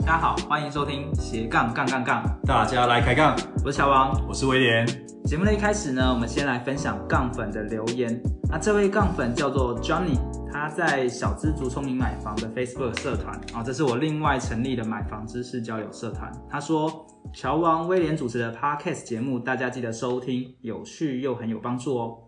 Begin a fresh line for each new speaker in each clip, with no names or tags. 大家好，欢迎收听斜杠杠杠杠，
大家来开杠，
我是小王。
我是威廉。
节目的一开始呢，我们先来分享杠粉的留言。那这位杠粉叫做 Johnny，他在小资族聪明买房的 Facebook 社团啊、这是我另外成立的买房知识交流社团。他说，乔王威廉主持的 Podcast 节目，大家记得收听，有趣又很有帮助哦。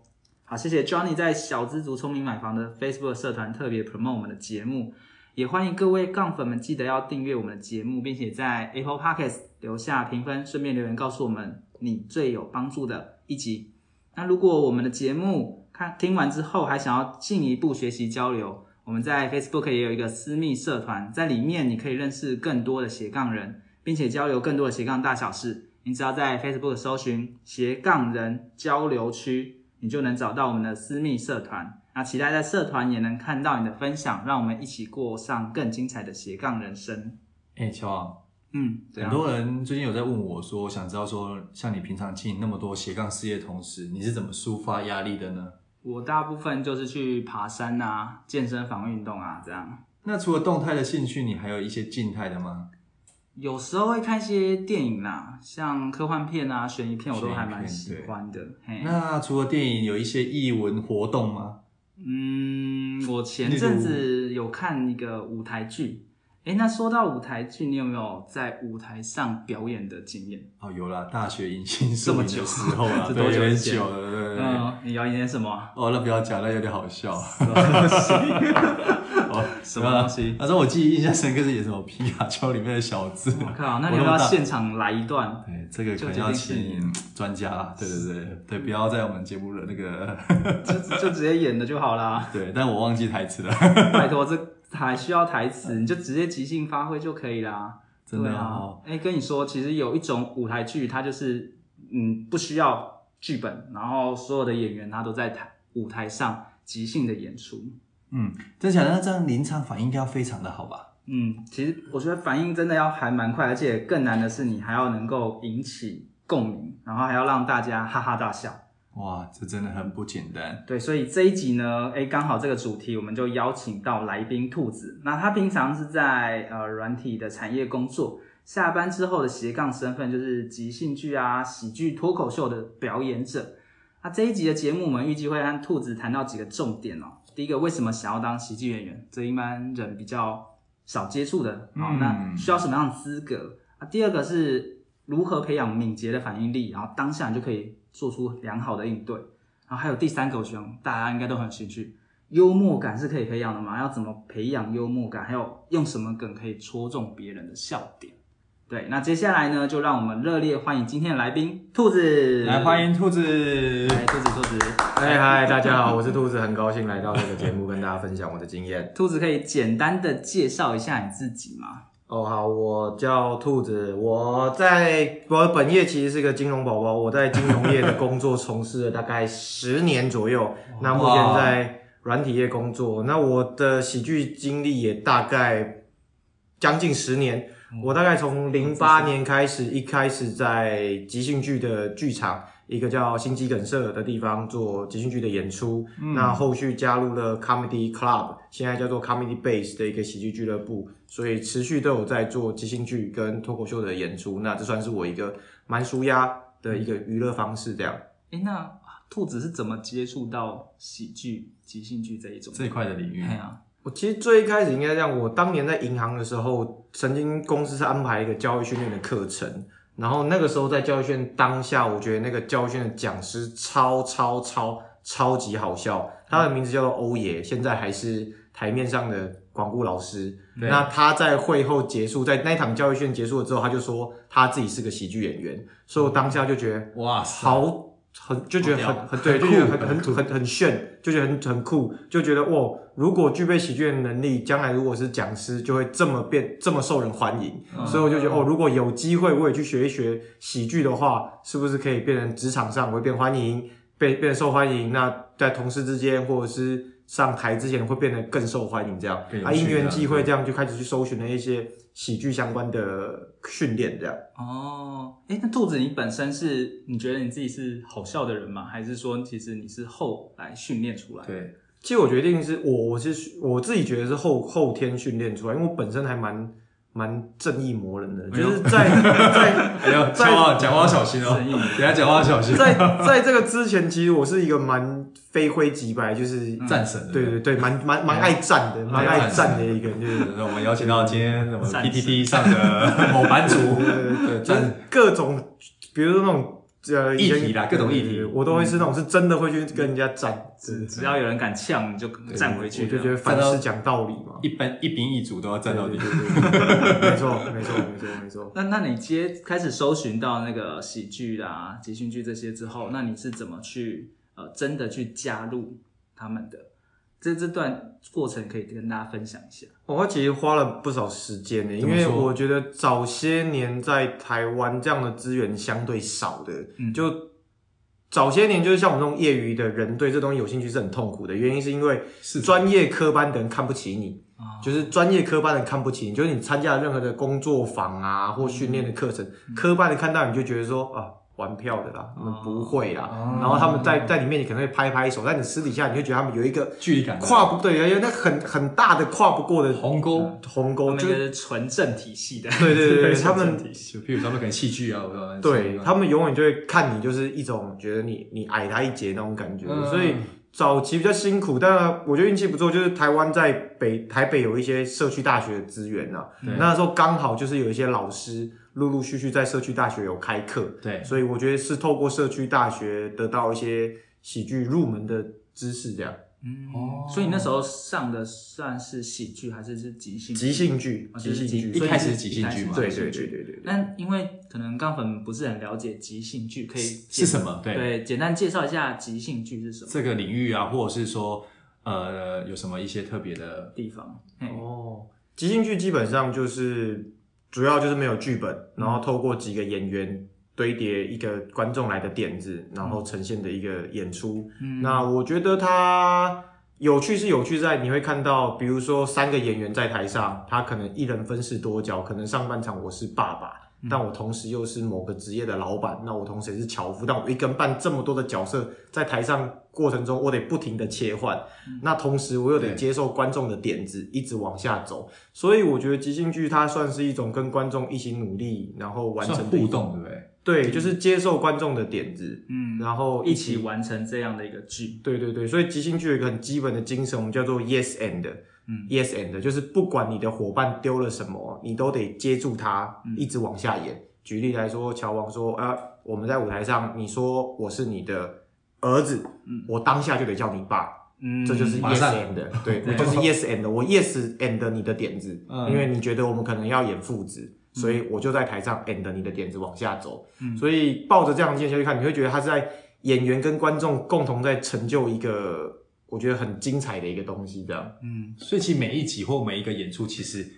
好，谢谢 Johnny 在小资族聪明买房的 Facebook 社团特别 promote 我们的节目，也欢迎各位杠粉们记得要订阅我们的节目，并且在 Apple Podcast 留下评分，顺便留言告诉我们你最有帮助的一集。那如果我们的节目看听完之后还想要进一步学习交流，我们在 Facebook 也有一个私密社团，在里面你可以认识更多的斜杠人，并且交流更多的斜杠大小事。你只要在 Facebook 搜寻“斜杠人交流区”，你就能找到我们的私密社团。那期待在社团也能看到你的分享，让我们一起过上更精彩的斜杠人生。
哎、乔王，
嗯，对
很
啊，
多人最近有在问我说，想知道说，像你平常经营那么多斜杠事业的同时，你是怎么抒发压力的呢？
我大部分就是去爬山啊、健身房运动啊这样。
那除了动态的兴趣，你还有一些静态的吗？
有时候会看一些电影啦，像科幻片啊、悬疑片，我都还蛮
悬疑
喜
片对
欢的。嘿，
那除了电影，有一些艺文活动吗？
嗯，我前阵子有看一个舞台剧。诶，那说到舞台剧，你有没有在舞台上表演的经验？
哦，有啦，大学迎新
这
宿
么
营
久
的时候 啦，
这
对
多久
有
以
点
前
久了，对对对。
嗯，你表演什么 啊？
哦，那不要讲，那有点好笑。哦，
什么东西
那时候我记忆印象深刻是演什么皮卡丘里面的小智。
我靠，那
啊我
你要不
么
要
大
现场来一段？
对，这个
就
可能
决
要
定是
请
你嗯
专家啦，对对对对，不要在我们节目的那个，，
就就直接演的就好啦
对，但我忘记台词了，
拜托，这还需要台词？你就直接即兴发挥就可以啦。
真的
对
哦。
啊。哎、跟你说，其实有一种舞台剧，它就是嗯不需要剧本，然后所有的演员他都在台舞台上即兴的演出。
嗯，真假的，那这样临场反应应该要非常的好吧？
嗯，其实我觉得反应真的要还蛮快，而且更难的是你还要能够引起共鸣，然后还要让大家哈哈大笑。
哇，这真的很不简单。
对，所以这一集呢，哎，刚好这个主题我们就邀请到来宾兔子。那他平常是在呃软体的产业工作，下班之后的斜杠身份就是即兴剧啊、喜剧、脱口秀的表演者。那这一集的节目，我们预计会和兔子谈到几个重点哦。第一个，为什么想要当喜剧演员？这一般人比较少接触的，好、
嗯
那需要什么样的资格？啊，第二个是如何培养敏捷的反应力，然后当下你就可以做出良好的应对。然后还有第三个，我觉得大家应该都很有兴趣，幽默感是可以培养的嘛？要怎么培养幽默感？还有用什么梗可以戳中别人的笑点？对，那接下来呢，就让我们热烈欢迎今天的来宾兔子，
来，欢迎兔子。
哎，兔子，兔子，
嗨嗨，大家好，我是兔子，很高兴来到这个节目，跟大家分享我的经验。
兔子可以简单的介绍一下你自己吗？
哦，好，我叫兔子，我在我的本业其实是个金融宝宝，我在金融业的工作从事了大概十年左右，那目前在软体业工作，那我的喜剧经历也大概将近十年。我大概从零八年开始，一开始在即兴剧的剧场，一个叫新基梗社的地方做即兴剧的演出。那后续加入了 Comedy Club，现在叫做 Comedy Base 的一个喜剧俱乐部，所以持续都有在做即兴剧跟脱口秀的演出。那这算是我一个蛮舒压的一个娱乐方式，这样。
哎，那兔子是怎么接触到喜剧、即兴剧这一种？
这一块的领域
哎，呀，
我其实最一开始应该这样，我当年在银行的时候，曾经公司是安排一个教育训练的课程，然后那个时候在教育训练当下，我觉得那个教育训练的讲师超超超超级好笑，他的名字叫做欧爷，现在还是台面上的广顾老师。
对
那他在会后结束，在那一场教育训结束了之后，他就说他自己是个喜剧演员，所以我当下就觉得
哇塞，
好很就觉得
好
很
屌
很对，
很
就觉得
酷
很很很很炫，就觉得很很酷，就觉得哇，如果具备喜剧的能力，将来如果是讲师，就会这么变这么受人欢迎。
嗯
所以我就觉得哦，如果有机会我也去学一学喜剧的话，是不是可以变成职场上我会变欢迎，被变得受欢迎？那在同事之间或者是。上台之前会变得更受欢迎，这样
更有
啊，
趣
因缘
啊
际会，这样就开始去搜寻了一些喜剧相关的训练，这样。
哦，哎，那兔子你本身是你觉得你自己是好笑的人吗？还是说其实你是后来训练出来的？
对，
其实我决定是我我是我自己觉得是后后天训练出来，因为我本身还蛮蛮正义魔人的，
哎
就
呦
是在在
哎 呦，
在
讲话讲话要小心哦，
正义
等一下讲话要小心，哦
在在这个之前，其实我是一个蛮非灰即白，就是
战神，
对对对，蛮蛮蛮爱战的，蛮爱战的一个人，就是
那我们邀请到今天我们
战神
PTT 上的 某版主，
对对，就是
战
各种，比如说那种呃
议题啦
以前
各种议题
我都会是那种是真的会去跟人家战，
只只要有人敢呛，你就站回去。
我就觉得凡事讲道理嘛，
一般一兵一卒都要站到底
对，对对对对没错没错没错没错。
那那你接开始搜寻到那个喜剧啦、集训剧这些之后，那你是怎么去呃真的去加入他们的？这这段过程可以跟大家分享一下。
我哦其实花了不少时间呢，
怎
因
么
为
说
我觉得早些年在台湾这样的资源相对少的，
嗯
就早些年就是像我们这种业余的人对这东西有兴趣是很痛苦的，原因是因为
是
专业科班的人看不起你，
哦
啊
就是专业科班的人看不起你，就是你参加任何的工作坊啊或训练的课程，
嗯
科班的看到你就觉得说啊。玩票的啦，他们不会啦，
哦
然后他们在在里面你可能会拍拍手，但你私底下你就觉得他们有一个
距离感
跨不对，有一个那很很大的跨不过的嗯
鸿沟，
鸿
他
沟，
们
哦就
一个是纯正体系的，
对对对对
纯正
他们
体系
就譬如他们可能戏剧啊，我不知道
对他
们
们永远就会看你，就是一种觉得你你矮他一截那种感觉。
嗯
所以早期比较辛苦，但我觉得运气不错，就是台湾在北台北有一些社区大学的资源啊，
对
那时候刚好就是有一些老师陆陆续续在社区大学有开课，
对
所以我觉得是透过社区大学得到一些喜剧入门的知识，这样
嗯，
哦
所以你那时候上的算是喜剧还是是即兴？
即兴剧，
哦
即兴
即
剧，
一
所以
开始是即兴剧嘛
对对对对对对。
那因为可能钢粉不是很了解即兴剧，可以
是什么？对，
对简单介绍一下即兴剧是什么
这个领域啊，或者是说呃有什么一些特别的
地方？嘿
哦，即兴剧基本上就是主要就是没有剧本，然后透过几个演员堆叠一个观众来的点子，然后呈现的一个演出。
嗯
那我觉得它有趣是有趣在你会看到，比如说三个演员在台上，他可能一人分饰多角，可能上半场我是爸爸。但我同时又是某个职业的老板，那我同时也是樵夫，但我一根扮这么多的角色，在台上过程中，我得不停的切换，那同时我又得
对
接受观众的点子，一直往下走。所以我觉得即兴剧它算是一种跟观众一起努力，然后完
算
成的一
互
种，
动，对不对？
对，就是接受观众的点子，
嗯，
然后
一起完成这样的一个剧。
对对对，所以即兴剧有一个很基本的精神，我们叫做 yes and，
嗯
，yes and 就是不管你的伙伴丢了什么，你都得接住他，
嗯
一直往下演。举例来说，乔王说，啊，我们在舞台上，你说我是你的儿子，我当下就得叫你爸，
嗯，
这就是
嗯马
yes
上
and，对，我就是 yes and，我 yes and 你的点子，
嗯
因为你觉得我们可能要演父子。所以我就在台上 and 你的点子往下走，所以抱着这样的见解去看，你会觉得他是在演员跟观众共同在成就一个我觉得很精彩的一个东西，这样。
嗯，
所以其实每一集或每一个演出，其实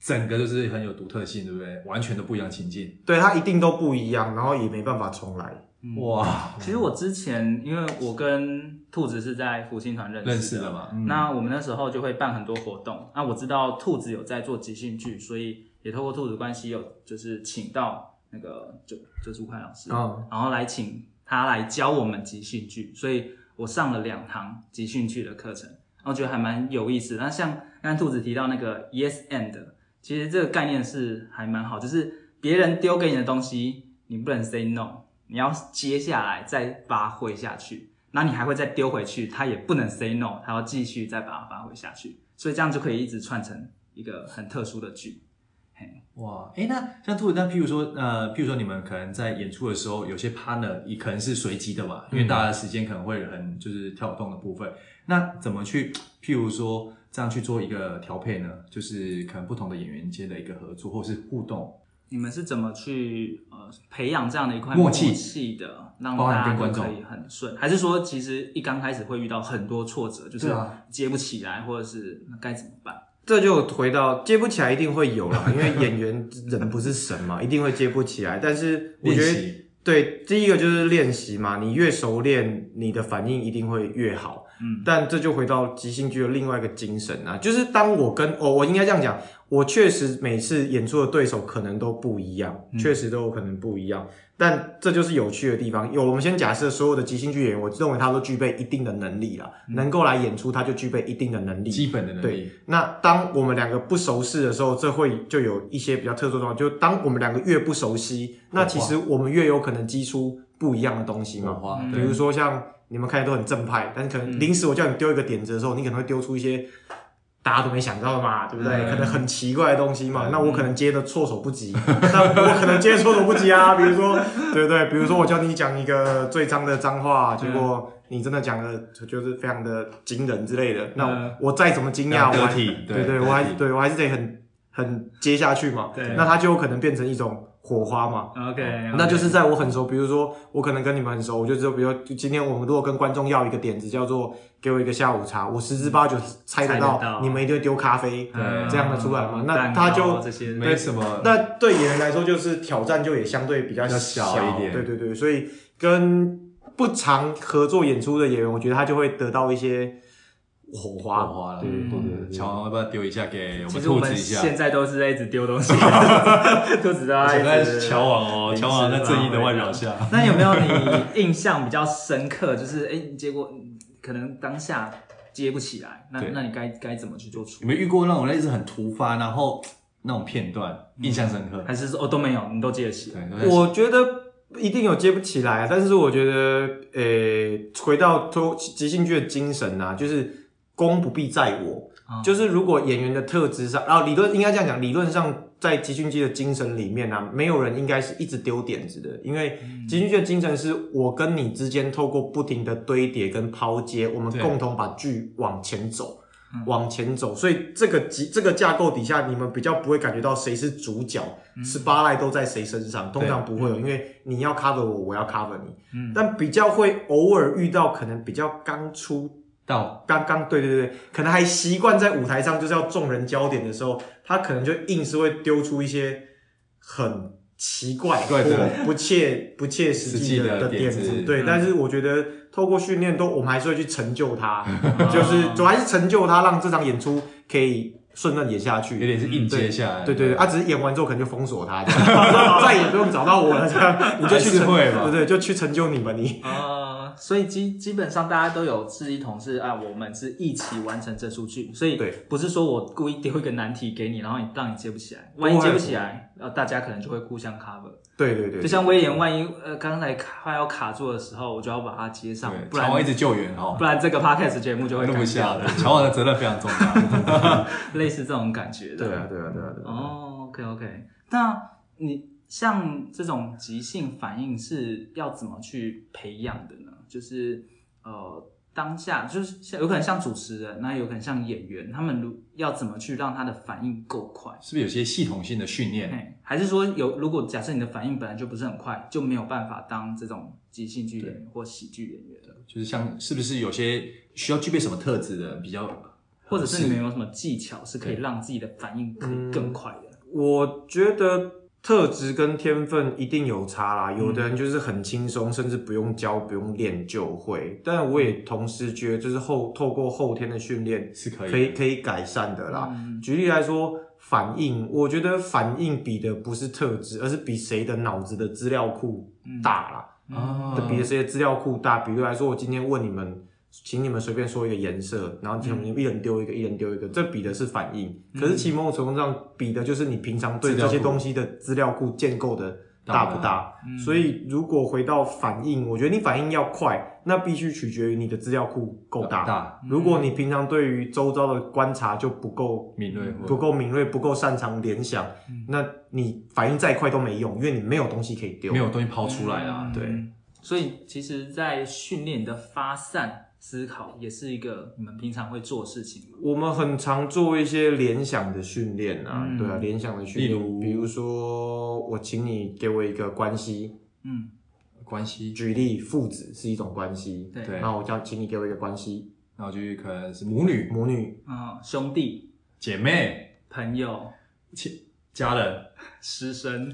整个都是很有独特性，对不对？完全都不一样情境，
对他一定都不一样，然后也没办法重来。
嗯哇，
其实我之前因为我跟兔子是在福星团认识
认识了嘛？嗯
那我们那时候就会办很多活动。那我知道兔子有在做即兴剧，所以也透过兔子关系有就是请到那个就就是吴凯老师，
嗯
然后来请他来教我们即兴剧，所以我上了两堂即兴剧的课程，然后觉得还蛮有意思。那像刚刚兔子提到那个 yes and，其实这个概念是还蛮好，就是别人丢给你的东西，你不能 say no，你要接下来再发挥下去，那你还会再丢回去，他也不能 say no，他要继续再把它发挥下去，所以这样就可以一直串成一个很特殊的剧。
哇，哎，那像兔子，那譬如说，呃，譬如说你们可能在演出的时候，有些 partner 也可能是随机的嘛，因为大家的时间可能会很就是跳动的部分。那怎么去，譬如说这样去做一个调配呢？就是可能不同的演员间的一个合作或是互动，
你们是怎么去呃培养这样的一块
默契
契的，让
包含
大
跟
家
观
都
众
可以很顺？还是说其实一刚开始会遇到很多挫折，就是
对啊
接不起来，或者是那该怎么办？
这就回到接不起来一定会有啦，因为演员人不是神嘛，一定会接不起来。但是我
练
觉得
习
对，第一个就是练习嘛，你越熟练，你的反应一定会越好。
嗯，
但这就回到即兴剧的另外一个精神啊，就是当我跟哦，我应该这样讲，我确实每次演出的对手可能都不一样，确实都有可能不一样，但这就是有趣的地方。有我们先假设所有的即兴剧演员，我认为他都具备一定的能力啦，能够来演出，他就具备一定的能力。
基本的能力
对。那当我们两个不熟识的时候，这会就有一些比较特殊的状况，就当我们两个越不熟悉，那其实我们越有可能激出不一样的东西
火
嘛。
花，
嗯
比
对
如说像你们看起来都很正派，但是可能临时我叫你丢一个点子的时候，你可能会丢出一些大家都没想到的嘛，对不对？
嗯
可能很奇怪的东西嘛。
嗯
那我可能接的措手不及， 那我可能接得措手不及啊。比如说，对不对？比如说我叫你讲一个最脏的脏话，结果你真的讲的就是非常的惊人之类的，那
嗯
我我再怎么惊
非常
讶，我
得
还
体
对
对
对，我还
得体
对我还是得很很接下去嘛。
对
那它就有可能变成一种火花嘛。
OK，
那就是在我很熟，比如说我可能跟你们很熟，我就知道，比如说今天我们如果跟观众要一个点子，叫做给我一个下午茶，我十之八九猜
猜
得
得到
到，你们一定会丢咖啡
嗯
这样的出来嘛。那
蛋
他
糕
就
这些
没什么，
那对演员来说，就是挑战就也相对比较
比较小一点
对对对，所以跟不常合作演出的演员，我觉得他就会得到一些火
火
花。
花了。
对对对对对
乔王要不要丢一下给我
其
们
实我
兔
们
子一下？
现在都是在一直丢东西， 兔子都
我
在
在
一直
乔王哦，
临时
乔王在正义的外表下，
那有没有你印象比较深刻？就是哎、诶结果嗯可能当下接不起来，那
对
那你该该怎么去做处
有
理？
没有遇过那种类似很突发，然后那种片段印象深刻？
还是说哦都没有，你都接得起来？
对，都在
嗯我觉得一定有接不起来，但是我觉得，呃、回到脱即兴剧的精神啊，就是功不必在我，
嗯
就是如果演员的特质上，啊然后理论应该这样讲，理论上在即兴剧的精神里面啊，没有人应该是一直丢点子的，因为即兴剧的精神是我跟你之间透过不停的堆叠跟抛接，我们
对
共同把剧往前走
嗯。
往前走，所以这个集这个架构底下，你们比较不会感觉到谁是主角，
嗯
十八赖都在谁身上，通常不会有，因为你要 cover 我，我要 cover 你。
嗯
但比较会偶尔遇到，可能比较刚出，
到
刚刚对对对，可能还习惯在舞台上就是要众人焦点的时候，他可能就硬是会丢出一些很奇怪
奇怪的
或不切不切实际
实际的
的的
点
点
子
子。对，
嗯
但是我觉得透过训练都，我们还是会去成就他，
嗯
就是主要还是成就他，让这场演出可以顺任演下去
有。点是应接下来，
对对对，啊，只是演完之后可能就封锁他，这样 再也不用找到我了，这样你就去
还是
成
会吧
对对，就去成就你们，你
呃，所以基基本上大家都有志一同是啊，我们是一起完成这出剧，所以
对
不是说我故意丢一个难题给你，然后你让你接不起来，万一
不会
接不起来，然后大家可能就会互相 cover。
对对对，
就像威廉，万一呃刚才卡快要卡住的时候，我就要把它接上，
对，
不
乔王一
然
直救援哦
不，然这个 podcast 节目就会
录不
干
下
掉
了
了。。
乔王的责任非常重大，
类似这种感觉的。
对啊对啊对啊对啊，
哦，OK OK，那你像这种急性反应是要怎么去培养的呢？就是呃，当下就是像有可能像主持人，那有可能像演员，他们如要怎么去让他的反应够快？
是不是有些系统性的训
嗯
练？
嘿还是说有如果假设你的反应本来就不是很快，就没有办法当这种即兴剧演员或喜剧演员了，
就是像是不是有些需要具备什么特质的人比较
或者
合
是
适
你们有没有什么技巧是可以让自己的反应可以更快的？
我觉得特质跟天分一定有差啦，
嗯
有的人就是很轻松，甚至不用教不用练就会，但我也同时觉得就是后透过后天的训练
是可以
可以可以改善的啦，
嗯
举例来说，反应，我觉得反应比的不是特质，而是比谁的脑子的资料库
嗯
大啦。
嗯
啊
的比谁的资料库大，比如来说，我今天问你们，请你们随便说一个颜色，然后请你们一人丢一个，一人丢一个，这比的是反应。可是其实某种程度上比的就是你平常对
资料
这
库
些东西的嗯资料库建构的大嗯不大。所以如果回到反应，我觉得你反应要快，那必须取决于你的资料库够大。
大
如果你平常对于周遭的观察就不够
敏锐或
不够敏锐、嗯不够擅长联想，那你反应再快都没用，因为你没有东西可以丢。
没有东西抛出来啊？
嗯
对，
所以其实，在训练的发散思考，也是一个你们平常会做的事情嘛。
我们很常做一些联想的训练啊，
嗯
对啊，联想的训
例
练，
如
比如说我请你给我一个关系，
嗯，
关系，
举例父子是一种关系，
对，
对
那我叫请你给我一个关系，
然后就可能是母女、
母女、
嗯，兄弟、
姐妹、
朋友、
亲家人，
师生，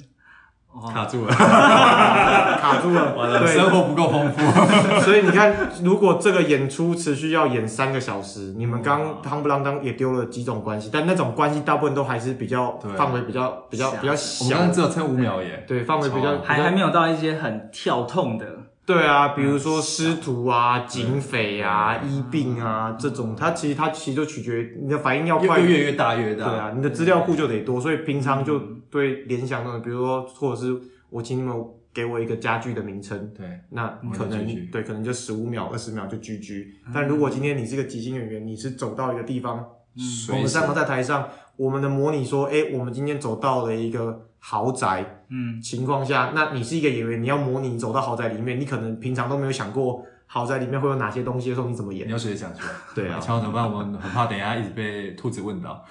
哦
卡住了，
卡住了，
完了，
对
生活不够丰富。
所以你看，如果这个演出持续要演三个小时，你们刚当不啷当也丢了几种关系，但那种关系大部分都还是比较
对
范围比较比较
小
比
我
较
们刚
小
刚只，有撑五秒耶，
对范围比较
超
还还没
有
有到一些很跳痛的，
对啊，
嗯
比如说师徒啊、警匪啊、医病啊这种，它其实它其实就取决于你的反应要
嗯越
快，
越嗯越越大越
对
大。
啊，你的资料库就得多，所以平常就对联想到的，比如说或者是我请你们给我一个家具的名称，
对，
那
嗯
可
就 GG
能对，可能就十五秒、二十秒就 GG。但
嗯
如果今天你是一个即兴演员，你是走到一个地方，我
随
们
时
三个在台上，我们的模拟说，哎、我们今天走到了一个豪宅
嗯，
情况下，那你是一个演员，你要模拟你走到豪宅里面，你可能平常都没有想过豪宅里面会有哪些东西的时候，你怎么
你
演？
要随时讲出来。
对 啊
敲怎么办？我们很怕等一下一直被兔子问到。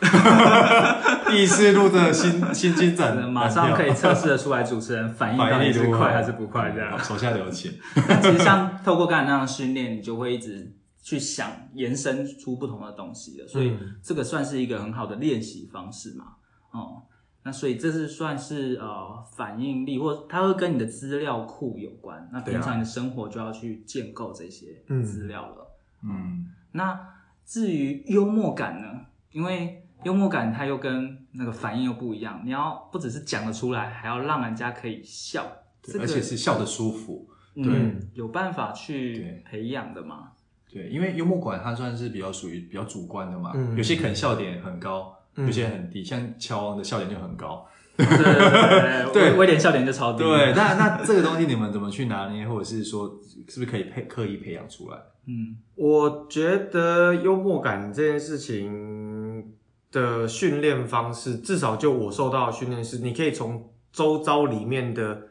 意识路的新新进
可
展，
能马上可以测试的出来主持人反应到
反
底
应
是
如何
快还是不快这样。
啊手下留情。
其实像透过刚才那样的训练，你就会一直去想延伸出不同的东西了，所以
嗯
这个算是一个很好的练习方式嘛。哦、那所以这是算是呃反应力，或它会跟你的资料库有关。那
对
平
啊
常你的生活就要去建构这些资料了。
嗯，
那至于幽默感呢，因为幽默感它又跟那个反应又不一样，你要不只是讲得出来，还要让人家可以笑。
对
这个
而且是笑得舒服。
嗯，有办法去
对
培养的嘛。
对，因为幽默感它算是比较属于比较主观的嘛，
嗯
有些可能笑点很高，
嗯
有些很低，像乔王的笑点就很高。
对对
对
对，威廉笑点就
嗯
超低。
对，，那那这个东西你们怎么去拿捏，或者是说是不是可以培刻意培养出来？
嗯
我觉得幽默感这件事情的训练方式，至少就我受到的训练是，你可以从周遭里面的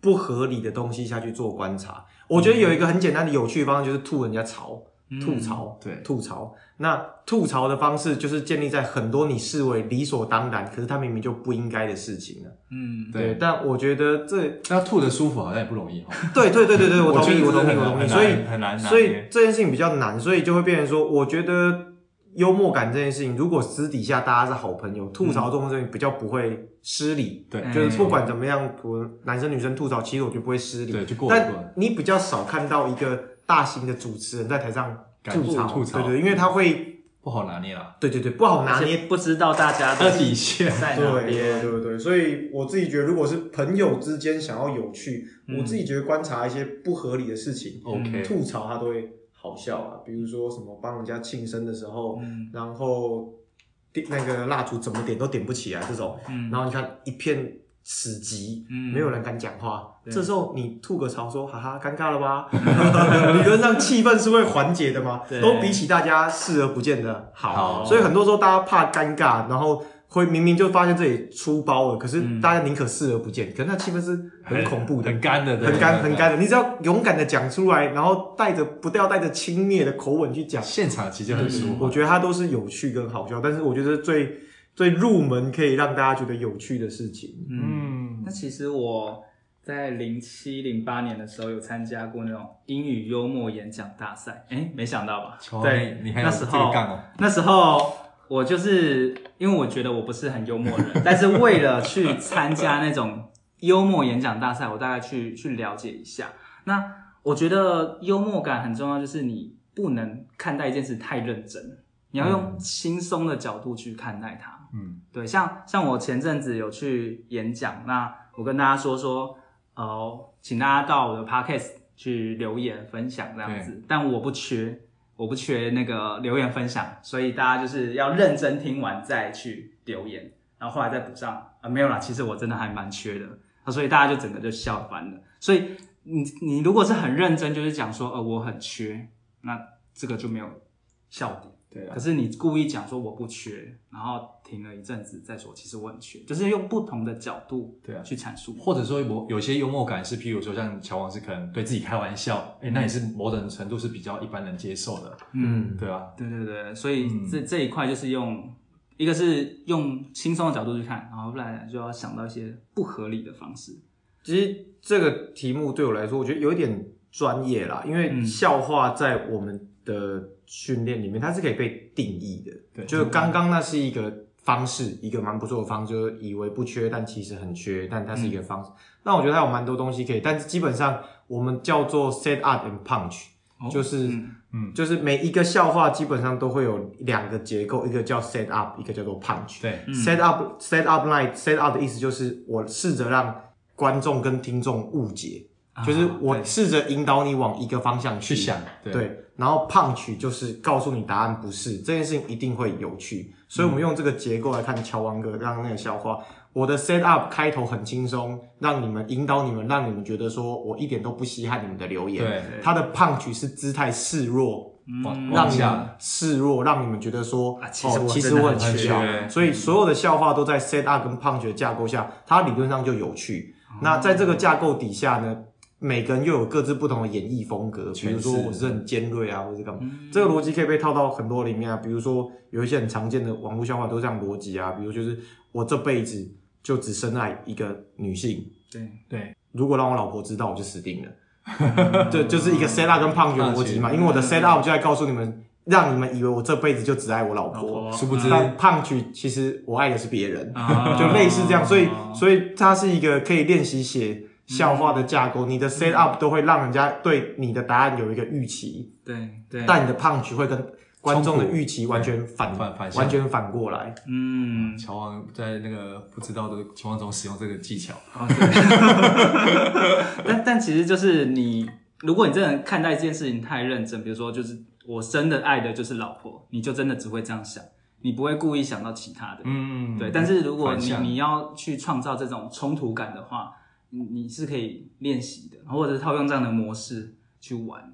不合理的东西下去做观察。我觉得有一个很简单的有趣的方式，就是吐人家槽，
嗯
吐槽，
对
吐槽。那吐槽的方式就是建立在很多你视为理所当然，可是它明明就不应该的事情啊了。
嗯，
对
但我觉得 这
那吐得舒服好像也不容易哈。
对对对对 对，我同意，
我
我
觉得
同
这
意，
个很
我同意。
难
所以
很难拿捏
所以这件事情比较难，所以就会变成说，我觉得幽默感这件事情，如果私底下大家是好朋友，吐槽这种事情比较不会失礼。
对，
嗯
就是不管怎么样，我男生女生吐槽，其实我觉得不会失礼。
对就过了过
但
了
你比较少看到一个大型的主持人在台上
敢
吐槽，
吐槽
对对，因为他会，
不好拿捏啦，
对对对，不好拿
而
捏
且不知道大家
它
的
的底 线。
在哪
对对
边。
对对，所以我自己觉得，如果是朋友之间想要有趣，
嗯
我自己觉得观察一些不合理的事情，
OK，
嗯吐槽他都会好笑啊。比如说什么帮人家庆生的时候，
嗯
然后点那个蜡烛怎么点都点不起来这种，
嗯，
然后你看一片死寂，
嗯
没有人敢讲话。
对
这时候你吐个槽说，哈哈，尴尬了吧？ 理论上气氛是会缓解的嘛
对，
都比起大家视而不见的好。
好
所以很多时候大家怕尴尬，然后会明明就发现自己出包了，可是大家宁可视而不见，可是那气氛是很恐怖
嗯
的
哎很。干的，对
很干很。干的，你只要勇敢的讲出来，然后带着不要带着轻蔑的口吻去讲，
现场其实很舒
嗯
我
服，
觉得它都是有趣跟好笑，但是我觉得最最入门可以让大家觉得有趣的事情。
嗯，
嗯
那，其实我在零七零八年的时候有参加过那种英语幽默演讲大赛，哎，没想到吧？
乔
对，
你你还有
那时
这个
候
杠哦，
那时候我就是因为我觉得我不是很幽默的人，但是为了去参加那种幽默演讲大赛，我大概去去了解一下。那我觉得幽默感很重要，就是你不能看待一件事太认真，你要用轻松的角度去看待它。
嗯，
对，像像我前阵子有去演讲，那我跟大家说说，呃，请大家到我的 podcast 去留言分享这样子，但我不缺，我不缺那个留言分享，所以大家就是要认真听完再去留言，然后后来再补上啊、没有啦，其实我真的还蛮缺的，啊，所以大家就整个就笑翻了。所以你你如果是很认真，就是讲说，呃，我很缺，那这个就没有笑点。
对啊
可，是你故意讲说我不缺，然后停了一阵子再说，其实我很缺，就是用不同的角度
对啊
去阐述。
或者说某有些幽默感是，譬如说像乔王是可能对自己开玩笑，哎、那也是某种程度是比较一般人接受的，
嗯，
对啊，
对对对，所以
嗯
这、这一块就是用一个是用轻松的角度去看，然后不然就要想到一些不合理的方式。
其实这个题目对我来说，我觉得有一点专业啦，因为
嗯
笑话在我们的训练里面，它是可以被定义的。
对
就是
嗯
刚刚那是一个方式，一个蛮不错的方式，就是以为不缺，但其实很缺，但它
嗯
是一个方式。那我觉得它有蛮多东西可以，但是基本上我们叫做 set up and punch，、
哦
就是。
嗯
嗯，
就是每一个笑话基本上都会有两个结构，一个叫 set up，一个叫做 punch。
对，
嗯
set up set up line set up 的意思就是我试着让观众跟听众误解，
啊
就是我
对
试着引导你往一个方向
去想，
对
对，
然后 punch 就是告诉你答案不是这件事情一定会有趣，所
嗯
以我们用这个结构来看乔王哥刚刚那个笑话。我的 set up 开头很轻松，让你们引导你们，让你们觉得说我一点都不稀罕你们的留言。
对
他的 punch 是姿态示弱，
嗯
往
让
往
你
下
们示弱，让你们觉得说，
啊其实
哦
我
其实
真的
我
很嗯
缺
缺
小所以所有的笑话都在 set up 跟 punch 的架构下，它理论上就有趣。
嗯
那在这个架构底下呢，每个人又有各自不同的演绎风格，比如说
诠释
我是很尖锐啊，或者是干嘛，
嗯
这个逻辑可以被套到很多里面啊。比如说有一些很常见的网络笑话都这样逻辑啊，比如就是我这辈子就只深爱一个女性，
对
对，
如果让我老婆知道，我就死定了。对， 就是一个 set up 跟 punch 的逻辑嘛，
punch
因为我的 set up 就在告诉你们，让你们以为我这辈子就只爱我老
老
婆
婆，，
殊不知
但 punch 其实我爱的是别人，
啊
就类似这样，所以
啊
所以它是一个可以练习写笑话的架构，
嗯
你的 set up 都会让人家对你的答案有一个预期，
对对，
但你的 punch 会跟观众的
冲突
预期完全反
反反向
完全反过来，
嗯，
乔王在那个不知道的情况中使用这个技巧，
哦，对 但但其实就是你，如果你真的看待这件事情太认真，比如说就是我真的爱的就是老婆，你就真的只会这样想，你不会故意想到其他的。
嗯
对，但是如果
反
你
向
你要去创造这种冲突感的话，你你是可以练习的，或者是套用这样的模式去玩。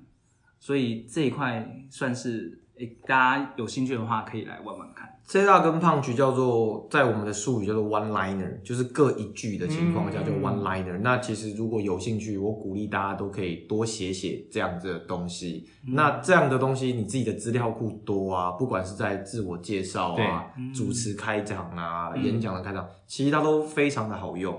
所以这一块算是，诶、大家有兴趣的话可以来玩玩看。
C 大跟胖局叫做在我们的术语叫做 one liner，就是各一句的情况下
嗯
叫 one liner、那其实如果有兴趣，我鼓励大家都可以多写写这样子的东西。
嗯
那这样的东西，你自己的资料库多啊，不管是在自我介绍
对嗯
啊、主持开场啊、
嗯
演讲的开场，其实它都非常的好用。
哦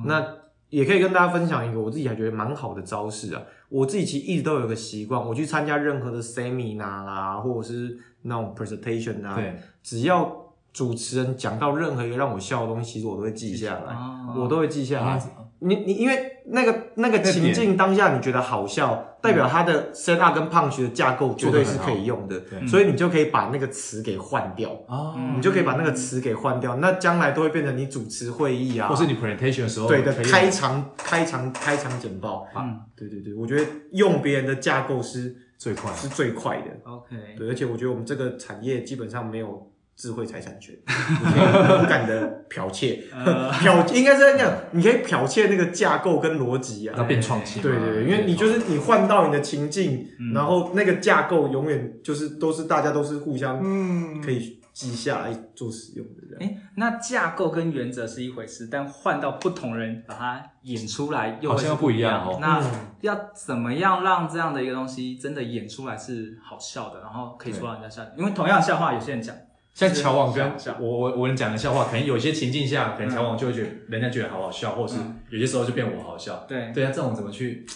嗯
那也可以跟大家分享一个我自己还觉得蛮好的招式啊。我自己其实一直都有个习惯，我去参加任何的 seminar 啦，或者是那种 presentation 啊，
对，
只要主持人讲到任何一个让我笑的东西，其实我都会记下来，
哦
我都会记下来。
啊
你你因为那个那个
那
情
点
境当下你觉得好
嗯
笑，代表它的 set up 跟 punch 的架构绝对是可以用的嗯
得很好，对
所以你就可以把那个词给换掉，
哦
嗯
你就可以把那个词给换掉，那将来都会变成你主持会议啊，
或是你 presentation 的时候
对的
可以
开场开场开场简报。
嗯
对对对，我觉得用别人的架构是
最快，啊
是最快的。
，OK，
对，而且我觉得我们这个产业基本上没有智慧财产权，你可以勇敢的剽窃，剽应该是这样，你可以剽窃那个架构跟逻辑
要
啊。
变创新嘛，
对对对，因为你就是你换到你的情境，
嗯
然后那个架构永远就是都是大家都是互相
嗯
可以记下来做使用的这样。
哎，那架构跟原则是一回事，但换到不同人把它演出来又
好
会
像
是
又不一样
样
哦
那
嗯
要怎么样让这样的一个东西真的演出来是好笑的，然后可以说让人家笑？因为同样的笑话，有些人讲
像乔王跟
是啊
我我我能讲的笑话，可能有些情境下，可能乔王就会觉得人家觉得好好笑，或是
嗯
有些时候就变我好笑。
对
对啊，这种怎么去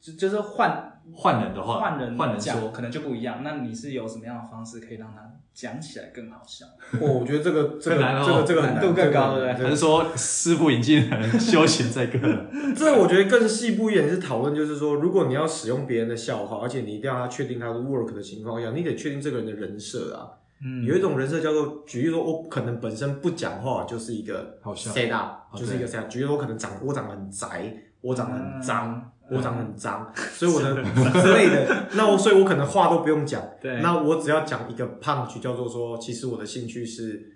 就就是换
换人的话，
换人
换人
讲
说，
可能就不一样。那你是有什么样的方式可以让他讲起来更好笑？
哦，我觉得这个这个
很难哦
这个这个很
难度更高
这个很难
对
还是说师傅引进人，修行在个 人？
这我觉得更细部一点是讨论，就是说，如果你要使用别人的笑话，而且你一定要他确定他的 work 的情况下，你得确定这个人的人设啊。
嗯
有一种人设叫做，举例说，我可能本身不讲话就是一个
好笑
set up，
哦
就是一个 set up。举例说，我可能长我长得很宅，我长得
嗯
很脏，
嗯
我长得 很脏，所以我的 之类的，那我所以我可能话都不用讲，
对
那我只要讲一个 punch，叫做说，其实我的兴趣是。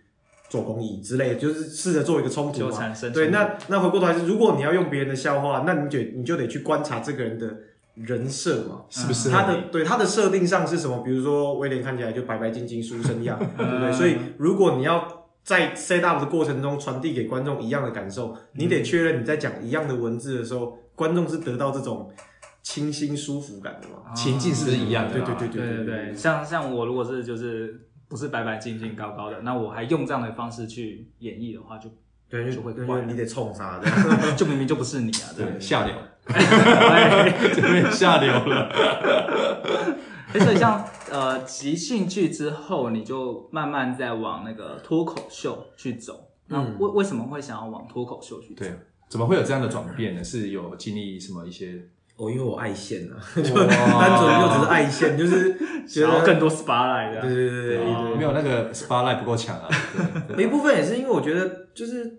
做公益之类的，就是试着做一个冲突
就
嘛，
产生
对，
冲突
那那回过头来是，如果你要用别人的笑话，那你就你就得去观察这个人的人设嘛，
是不是
他的对他的设定上是什么？比如说威廉看起来就白白净净、书生 样，对
嗯
不对？所以如果你要在 set up 的过程中传递给观众一样的感受，你得确认你在讲一样的文字的时候，观众是得到这种清新舒服感的嘛？
情啊境是不是一样的
对
啦？
对对
对对
对
对，像像我如果是就是不是白白净净高高的，那我还用这样的方式去演绎的话，就
对，就
就会
就
怪
就你得冲啥的。
就明明就不是你啊，对哎不
对，下流，
对？
这边下流了。
哎所以像呃即兴剧之后，你就慢慢在往那个脱口秀去走。那
嗯
为为什么会想要往脱口秀去走？
对，怎么会有这样的转变呢？是有经历什么一些？
哦，因为我爱线啊， 就
哇
单纯就只是爱 线，就是 觉
想要
得
更多 spotlight 这样。
对对对对对
哦
对
没有那个 spotlight 不够强 啊。对
有
对
一部分也是因为我觉得就是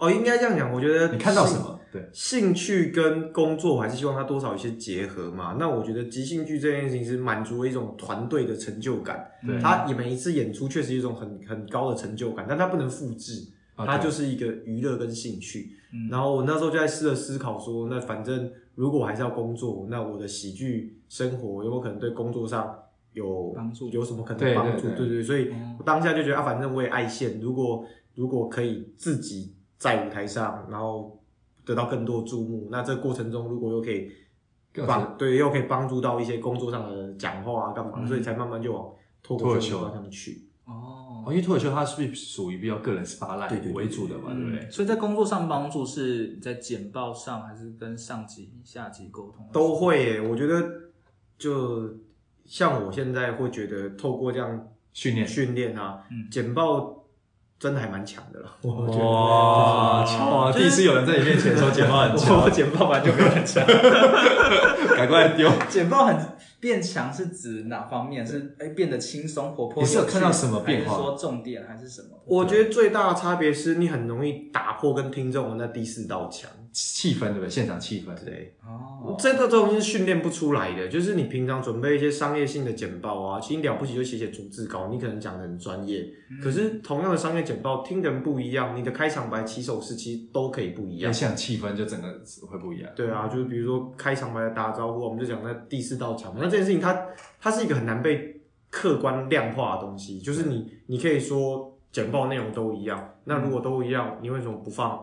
哦，应该这样讲，我觉得
你看到什么？对，
兴？兴趣跟工作，我还是希望它多少有些结合嘛。那我觉得即兴剧这件事情是满足了一种团队的成就感，
嗯
对
它也每一次演出确实有一种很很高的成就感，但它不能复制，
啊
它
对
就是一个娱乐跟兴趣。
嗯
然后我那时候就在试着思考说，那反正如果我还是要工作，那我的喜剧生活有没有可能对工作上有
帮助
有什么可能
对
帮
对
助？
对
对对，所以
嗯
我当下就觉得啊，反正我也爱现，如果如果可以自己在舞台上，然后得到更多注目，那这个过程中如果又可以
更有成
帮对又可以帮助到一些工作上的讲话啊干嘛，
嗯
所以才慢慢就往脱
脱
口
口
秀
秀
的方向去。
哦
哦，因为脱口秀它是属于比较个人 spotlight
对对对
为主的嘛，对不对
嗯？所以在工作上帮助是在简报上，还是跟上级、下级沟通？
都会耶，我觉得就像我现在会觉得透过这样
训练
训练啊，
嗯哦
简报真的还蛮强的了，我觉得。
哇，
就是
哇！
就是
第一次有人在你面前说简报很
我
强，
简报完就没有很强，
赶快丢。
简报很变强是指哪方面？是哎、变得轻松活泼？
你是有
趣
看到什么变化
还是说重点还是什么？
我觉得最大的差别是你很容易打破跟听众的那第四道墙。
气氛对不对？现场气氛
对，
哦，
这个东西是训练不出来的，就是你平常准备一些商业性的简报啊，其实你了不起就写写逐字稿，你可能讲的很专业，
嗯
可是同样的商业简报，听的人不一样，你的开场白、起手式其实都可以不一
要
样。
像气氛就整个会不 一样。
对啊，就是比如说开场白的打招呼，我们就讲那第四道墙嘛。那这件事情它，它是一个很难被客观量化的东西，就是你你可以说简报内容都一样，那如果都一样，你为什么不放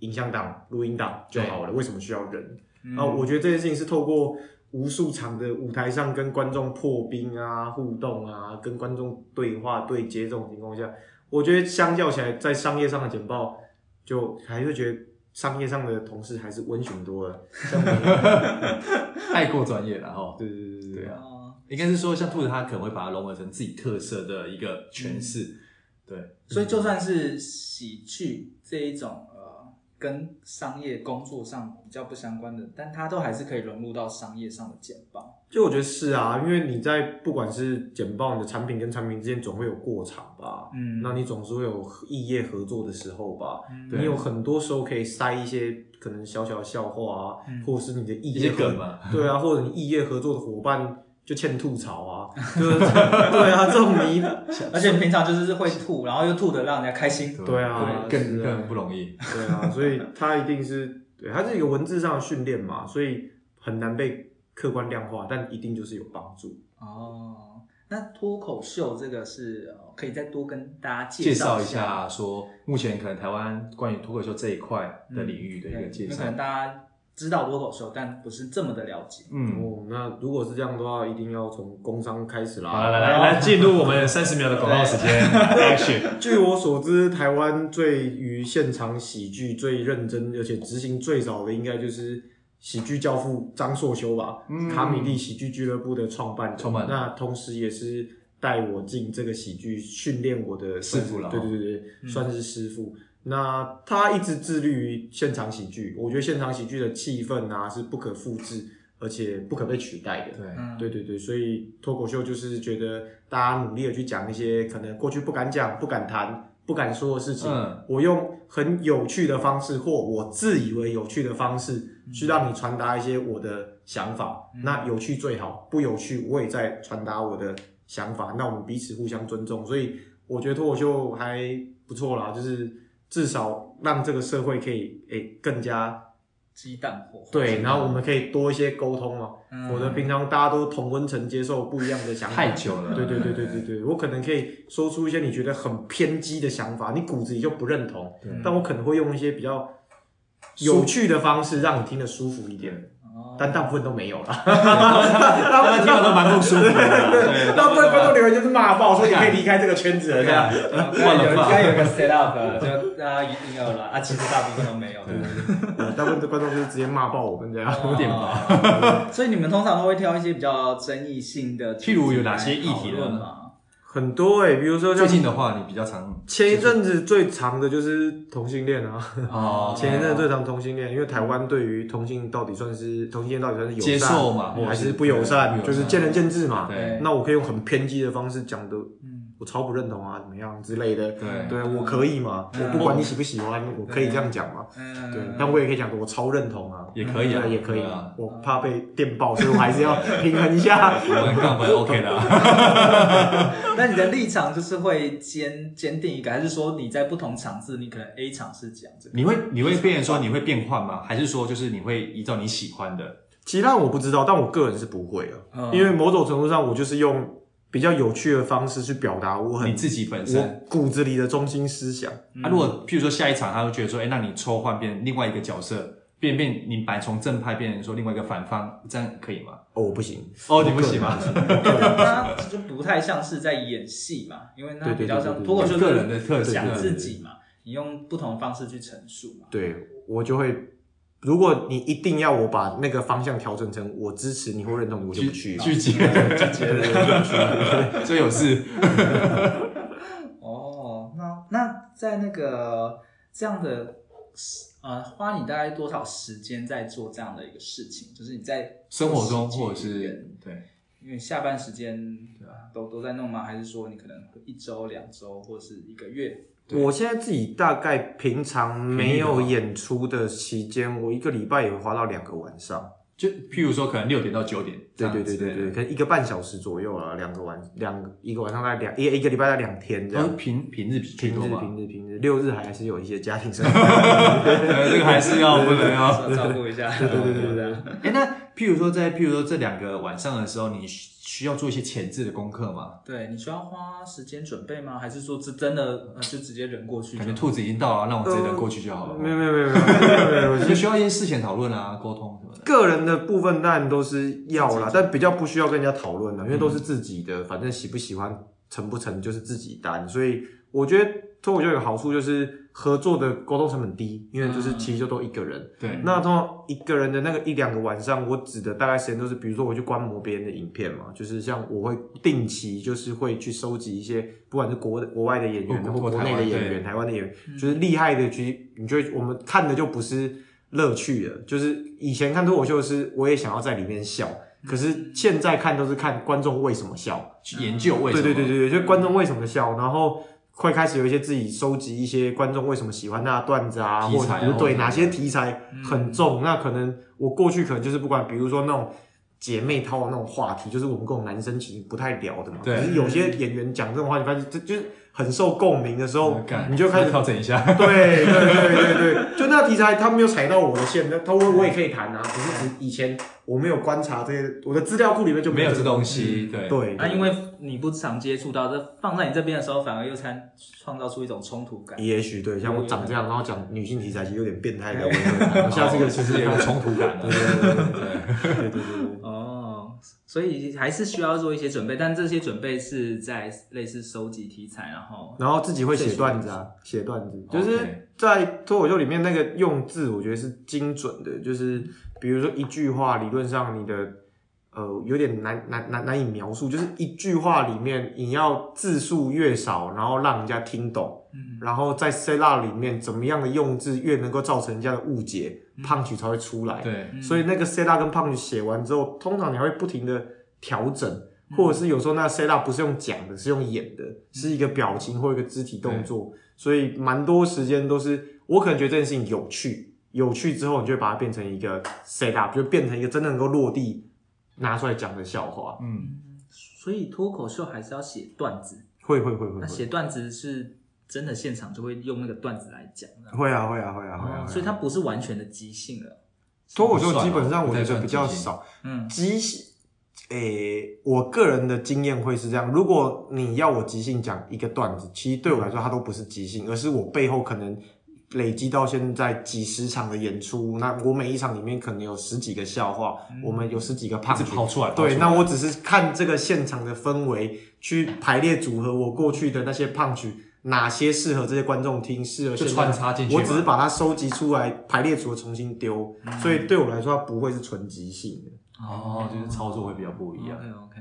影像档、录音档就好了？为什么需要人？
嗯
啊，我觉得这件事情是透过无数场的舞台上跟观众破冰啊、互动啊、跟观众对话对接这种情况下，我觉得相较起来，在商业上的简报，就还是觉得商业上的同事还是温驯多了。像我，
太过专业了哈。
对对对对
对
对，
啊，
哦，
应该是说像兔子，它可能会把它融合成自己特色的一个诠释。对，
所以就算是喜剧这一种呃，跟商业工作上比较不相关的，但它都还是可以融入到商业上的简报。
就我觉得是啊，因为你在不管是简报你的产品跟产品之间总会有过场吧，
嗯
那你总是会有异业合作的时候吧，
对
你有很多时候可以塞一些可能小小的笑话啊，
嗯
或者是你的异
一
业
些
合
梗嘛，
对啊，或者你异业合作的伙伴就欠吐槽啊，就是对啊，这种你
而且平常就是会吐，然后又吐的让人家开心。
对啊
更
是啊
更不容易。
对啊，所以它一定是对，它是一个文字上的训练嘛，所以很难被客观量化，但一定就是有帮助。
哦，那脱口秀这个是呃可以再多跟大家
介
介
绍
一
一下，说目前可能台湾关于脱口秀这一块的领域的一个
对，
介
有嗯
绍
可。能大家知道脱口秀，但不是这么的了解。
嗯，
哦，那如果是这样的话，一定要从工商开始啦。
好了，来来来，进入我们三十秒的广告时间，action。
据我所知，台湾对于现场喜剧最认真，而且执行最早的，应该就是喜剧教父张硕修吧，
嗯
卡米利喜剧俱乐部的创办人。
创办人
那同时也是带我进这个喜剧，训练我的
师傅了嗯
对对对对，算是师傅。那他一直致力于现场喜剧，我觉得现场喜剧的气氛啊是不可复制，而且不可被取代的。
对，
嗯，
对对对，所以脱口秀就是觉得大家努力的去讲一些可能过去不敢讲、不敢谈、不敢说的事情，
嗯
我用很有趣的方式或我自以为有趣的方式，去让你传达一些我的想法。那有趣最好，不有趣我也在传达我的想法。那我们彼此互相尊重，所以我觉得脱口秀还不错啦，就是至少让这个社会可以诶、更加
鸡蛋火花。
对，然后我们可以多一些沟通嘛，
嗯
否则平常大家都同温层接受不一样的想法。
太久了，
对对对对对对，我可能可以说出一些你觉得很偏激的想法，你骨子里就不认同，
对
但我可能会用一些比较有趣的方式让你听得舒服一点，
哦
但大部分都没有啦。
大部分听了都蛮不舒服的啦， 对，啊
大部分观众留言就是骂爆，说你可以离开这个圈子了这
啊
样。
刚刚有刚刚有个 set up，就大家一定要来啊，其实大部分都没有，对不对？
呃大部分的观众就是直接骂爆我们这样。
有点
哦
吧。哦 所以你们通常都会挑一些比较争议性的主题
譬如有哪些议题
来
呢
讨论吗？
很多哎、比如说像
最近的话，你比较常
前一阵子最长的就是同性恋啊，
哦
前一阵 子最长同性恋，因为台湾对于同性到底算是同性恋到底算是友善
嗯接受嘛，或者
还是不友善，就是见仁见智嘛。
对
那我可以用很偏激的方式讲的，
嗯，
我超不认同啊，怎么样之类的。
对嗯
对，我可以嘛？
嗯
我不管你喜不喜欢，我可以这样讲嘛。
嗯
对，但我也可以讲我超认同啊，
也可以啊，
对也可以
对啊。。
我怕被电爆，所以我 还是要平衡一下。
我们杠本 OK 的啊，
那你的立场就是会坚坚定一个，还是说你在不同场次，你可能 A 场是讲 这个，
你会你会变成说你会变换吗？还是说就是你会依照你喜欢的？
其他我不知道，但我个人是不会啊
嗯，
因为某种程度上，我就是用比较有趣的方式去表达我
你
很
自己本身。
我骨子里的中心思想。
啊，如果譬如说下一场，他会觉得说，哎、那你抽换变另外一个角色，变变你摆从正派变成说另外一个反方，这样可以吗？
哦，我不行，
哦，你不行吗？
他就不太像是在演戏嘛，因为那
对对
比较
对
像
对
脱口秀，
个人的特质
讲自己嘛，你用不同的方式去陈述嘛。
对我就会。如果你一定要我把那个方向调整成我支持你或认同你，我就不去啊了。
拒绝，拒 绝， 所以有事。
哦，那那在那个这样的呃，花你大概多少时间在做这样的一个事情？就是你在
生活中
做
或者
时间
是对，
因为下班时间啊都都在弄吗？还是说你可能一周、两周或是一个月？
我现在自己大概平常没有演出的期间，我一个礼拜也会花到两个晚上。
就譬如说可能六点到九点，这
对
样
对对
之类
对
的
对，，可能一个半小时左右啊，两个晚两一个晚上大概两一一个礼拜大概两天这
都是
样。
平平日比
平
居
日
多嘛，
平日平日，六日还是有一些家庭生活。
呃，这个还是要不能要。
要照顾一下，对
对啊对对对
对。
哎、那譬如说在譬如说这两个晚上的时候，你需需要做一些前置的功课吗？
对，你需要花时间准备吗？还是说这真的呃就直接忍过去就
感
好？
觉兔子已经到了，让我直接等过去就好了。
呃没有没有没有没有没有没有，我
就需要一些事前讨论啊、沟通什么的。
个人的部分当然都是要啦，但比较不需要跟人家讨论了，因为都是自己的，反正喜不喜欢、成不成就是自己担。所以我觉得脱口秀有个好处就是合作的沟通成本低，因为就是
嗯
其实就都一个人。
对，
那通常一个人的那个一两个晚上，我指的大概时间都是，比如说我去观摩别人的影片嘛，就是像我会定期就是会去收集一些，不管是国国外的演员，
或
然后
或
国内
台
的
湾
演
对嗯
员、台湾的演员，就是厉害的，其实你就会我们看的就不是乐趣了，就是以前看脱口秀是我也想要在里面笑，可
嗯
是现在看都是看观众为什么笑，
去研究为什
对
么。
对对对对，就观众为什么笑，然后会开始有一些自己收集一些观众为什么喜欢他的段子啊，
题
或
材
者
啊
比如
或
对
者
哪些题材很重，那可能我过去可能就是不管，比如说那种。姐妹套的那种话题，就是我们这种男生其实不太聊的嘛。
对
可是有些演员讲这种话，你发现这就是很受共鸣的时候
嗯，干
你就开始
调整一下。
对对对对对，就那题材他没有踩到我的线，那他我我也可以谈啊。只是以以前我没有观察这些，我的资料库里面就
没有
有
这
个
东西，对
对，
啊，因为你不常接触到，这放在你这边的时候，反而又参创造出一种冲突感。
也许对，像我长这样，然后讲女性题材，其实有点变态的。我
好
我啊下次可以
其
试
实哦
试
也有
看。
冲突感的。
对对对对，
哦，所以还是需要做一些准备，但这些准备是在类似收集题材，然后
然后自己会写段子啊，写段子，就
哦 OK
是在脱口秀里面那个用字，我觉得是精准的。就是比如说一句话，理论上你的呃有点难难难难以描述，就是一句话里面你要字数越少，然后让人家听懂，
嗯
然后在 set up 里面怎么样的用字越能够造成人家的误解，
嗯
胖曲才会出来。
对，
嗯
所以那个 set up 跟 punch 写完之后，通常你还会不停的调整，或者是有时候那个 set up 不是用讲的，是用演的，是一个表情或一个肢体动作，所以蛮多时间都是我可能觉得这件事情有趣，有趣之后你就会把它变成一个 set up，就变成一个真的能够落地拿出来讲的笑话。
嗯，
所以脱口秀还是要写段子。
会会会会
那
会
写段子是真的现场就会用那个段子来讲，这样
会啊会啊会啊会啊，
哦所以它不是完全的即兴了。
脱口秀
不算
基
啊
本上我
不太
觉得
算
比较
即兴
少，
嗯
即兴，诶、我个人的经验会是这样：如果你要我即兴讲一个段子，其实对我来说它都不是即兴，而是我背后可能累积到现在几十场的演出，那我每一场里面可能有十几个笑话，我们有十几个胖
嗯一直
子
跑出来跑
对，
出
那
来
我只是看这个现场的氛围去排列组合我过去的那些胖曲。哪些适合这些观众听，适合
就
现在
穿插进去
我
嘛嗯
只是把它收集出来，排列组合重新丢，所以对我来说，它不会是纯即兴的。
哦，就是操作会比较不一样。
嗯
OK OK，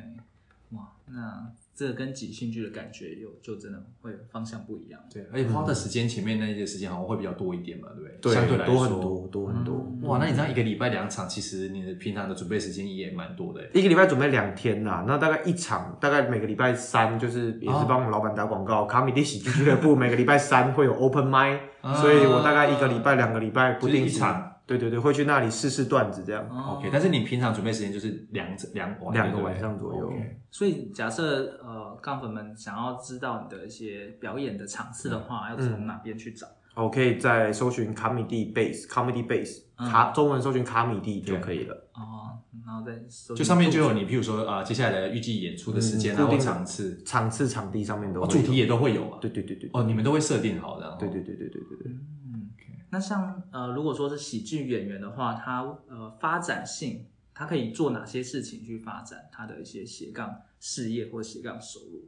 哇，那这跟即兴剧的感觉有就真的会方向不一样。
对，而且花的时间前面那些时间好像会比较多一点嘛，对不对？
对，
相对来说
多很多，多很多。
哇，那你这样一个礼拜两场，其实你的平常的准备时间也蛮多的欸。
一个礼拜准备两天啦，那大概一场，大概每个礼拜三就是也是帮我们老板打广
嗯
告，卡米蒂喜剧俱乐 部每个礼拜三会有 open mic，、
啊
所以我大概一个礼拜、两个礼拜不定
就是
时
一场，嗯
对对对，会去那里试试段子这样，
哦
OK，但是你平常准备时间就是两两晚
两个
对不对
晚上左右
OK
所以假设呃，杠粉们想要知道你的一些表演的场次
嗯
的话，要从哪边去找？
我哦可以再搜寻卡米蒂 base comedy base，、
嗯
卡中文搜寻卡米蒂就可以了。
哦，然后再搜
就上面就有你，譬如说啊、呃接下来的预计演出的时间
嗯
啊，
固
或
定的
场次、
场次、场地上面都
哦
会有、
主题也都会有啊。
对对对对
哦，你们都会设定好的。
对对对对对对对。
嗯，那像呃，如果说是喜剧演员的话，他呃发展性，他可以做哪些事情去发展他的一些斜杠事业或斜杠收入？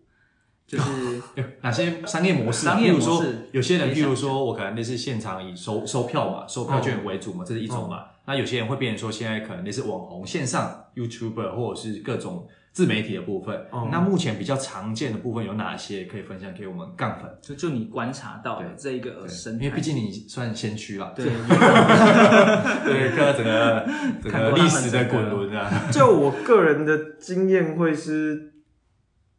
就是
对，哪些商业模式？
商业模
譬如说
式
有些人，
可以
譬
想
如说我可能类似现场以收收票嘛，收票券为主
嗯
嘛，这是一种嘛。那有些人会变成说，现在可能类似网红、线上 YouTuber 或者是各种自媒体的部分。
嗯
哦
那目前比较常见的部分有哪些？可以分享给我们杠粉。
就就你观察到的
对
这一个呃生态，
因为毕竟你算先驱啦，
对，
对，各 整个整
看过他
个
们
历史的
整个
滚轮啊，
就我个人的经验会是，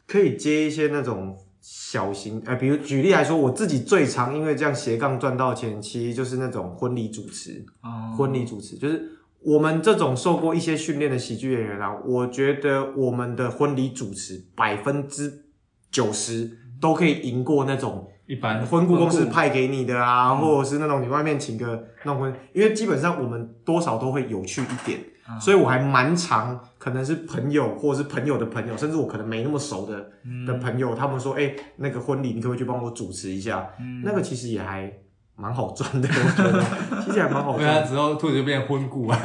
可以接一些那种小型，呃，比如举例来说，我自己最常因为这样斜杠赚到钱，其实就是那种婚礼主持。
哦
婚礼主持就是我们这种受过一些训练的喜剧演员啊，我觉得我们的婚礼主持百分之九十都可以赢过那种
一 般
婚顾公司派给你的
嗯
啊，或者是那种你外面请个那种婚，因为基本上我们多少都会有趣一点，
嗯
所以我还蛮常可能是朋友或者是朋友的朋友，甚至我可能没那么熟的的朋友，他们说，哎、那个婚礼你可不可以去帮我主持一下？
嗯
那个其实也还蛮好赚的，我 觉得其实还蛮好
对啊，
赚的。
之后兔子就变婚顾啊，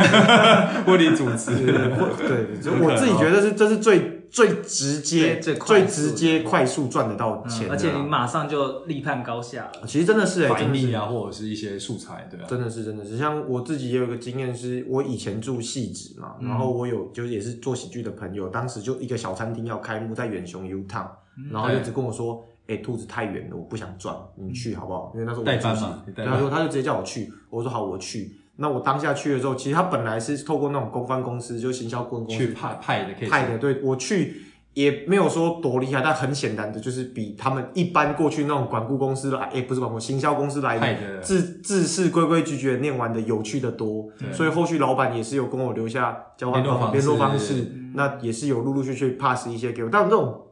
婚礼主
对
持。
对，就我自己觉得是这是最最直接、
最最快速
最直接、快速赚得到
嗯
钱的啊、
而且你马上就立判高下了。
其实真的是哎、真
反
的是
例啊，或者是一些素材，对啊，
真的是真的是，像我自己也有一个经验是，我以前住戏子嘛，
嗯
然后我有就是也是做喜剧的朋友，当时就一个小餐厅要开幕在远雄 U Town，然
嗯
后就只跟我说，哎、兔子太远了，我不想转，你去好不好？因为那时候我
代
住
嗯班
戏
嘛
子，
代
对
班
他说他就直接叫我去，我说好我去。那我当下去的时候，其实他本来是透过那种公关公司，就行销公关公司
去派派的可以
派的，对我去也没有说多厉害，但很显然的就是比他们一般过去那种管顾公司来，哎、不是管顾行销公司来
派
的
的
自自是规规矩矩的念完的有趣的多
对，
所以后续老板也是有跟我留下交换
联络方式
联络方式，那也是有陆陆续续 pass 一些给我，但这种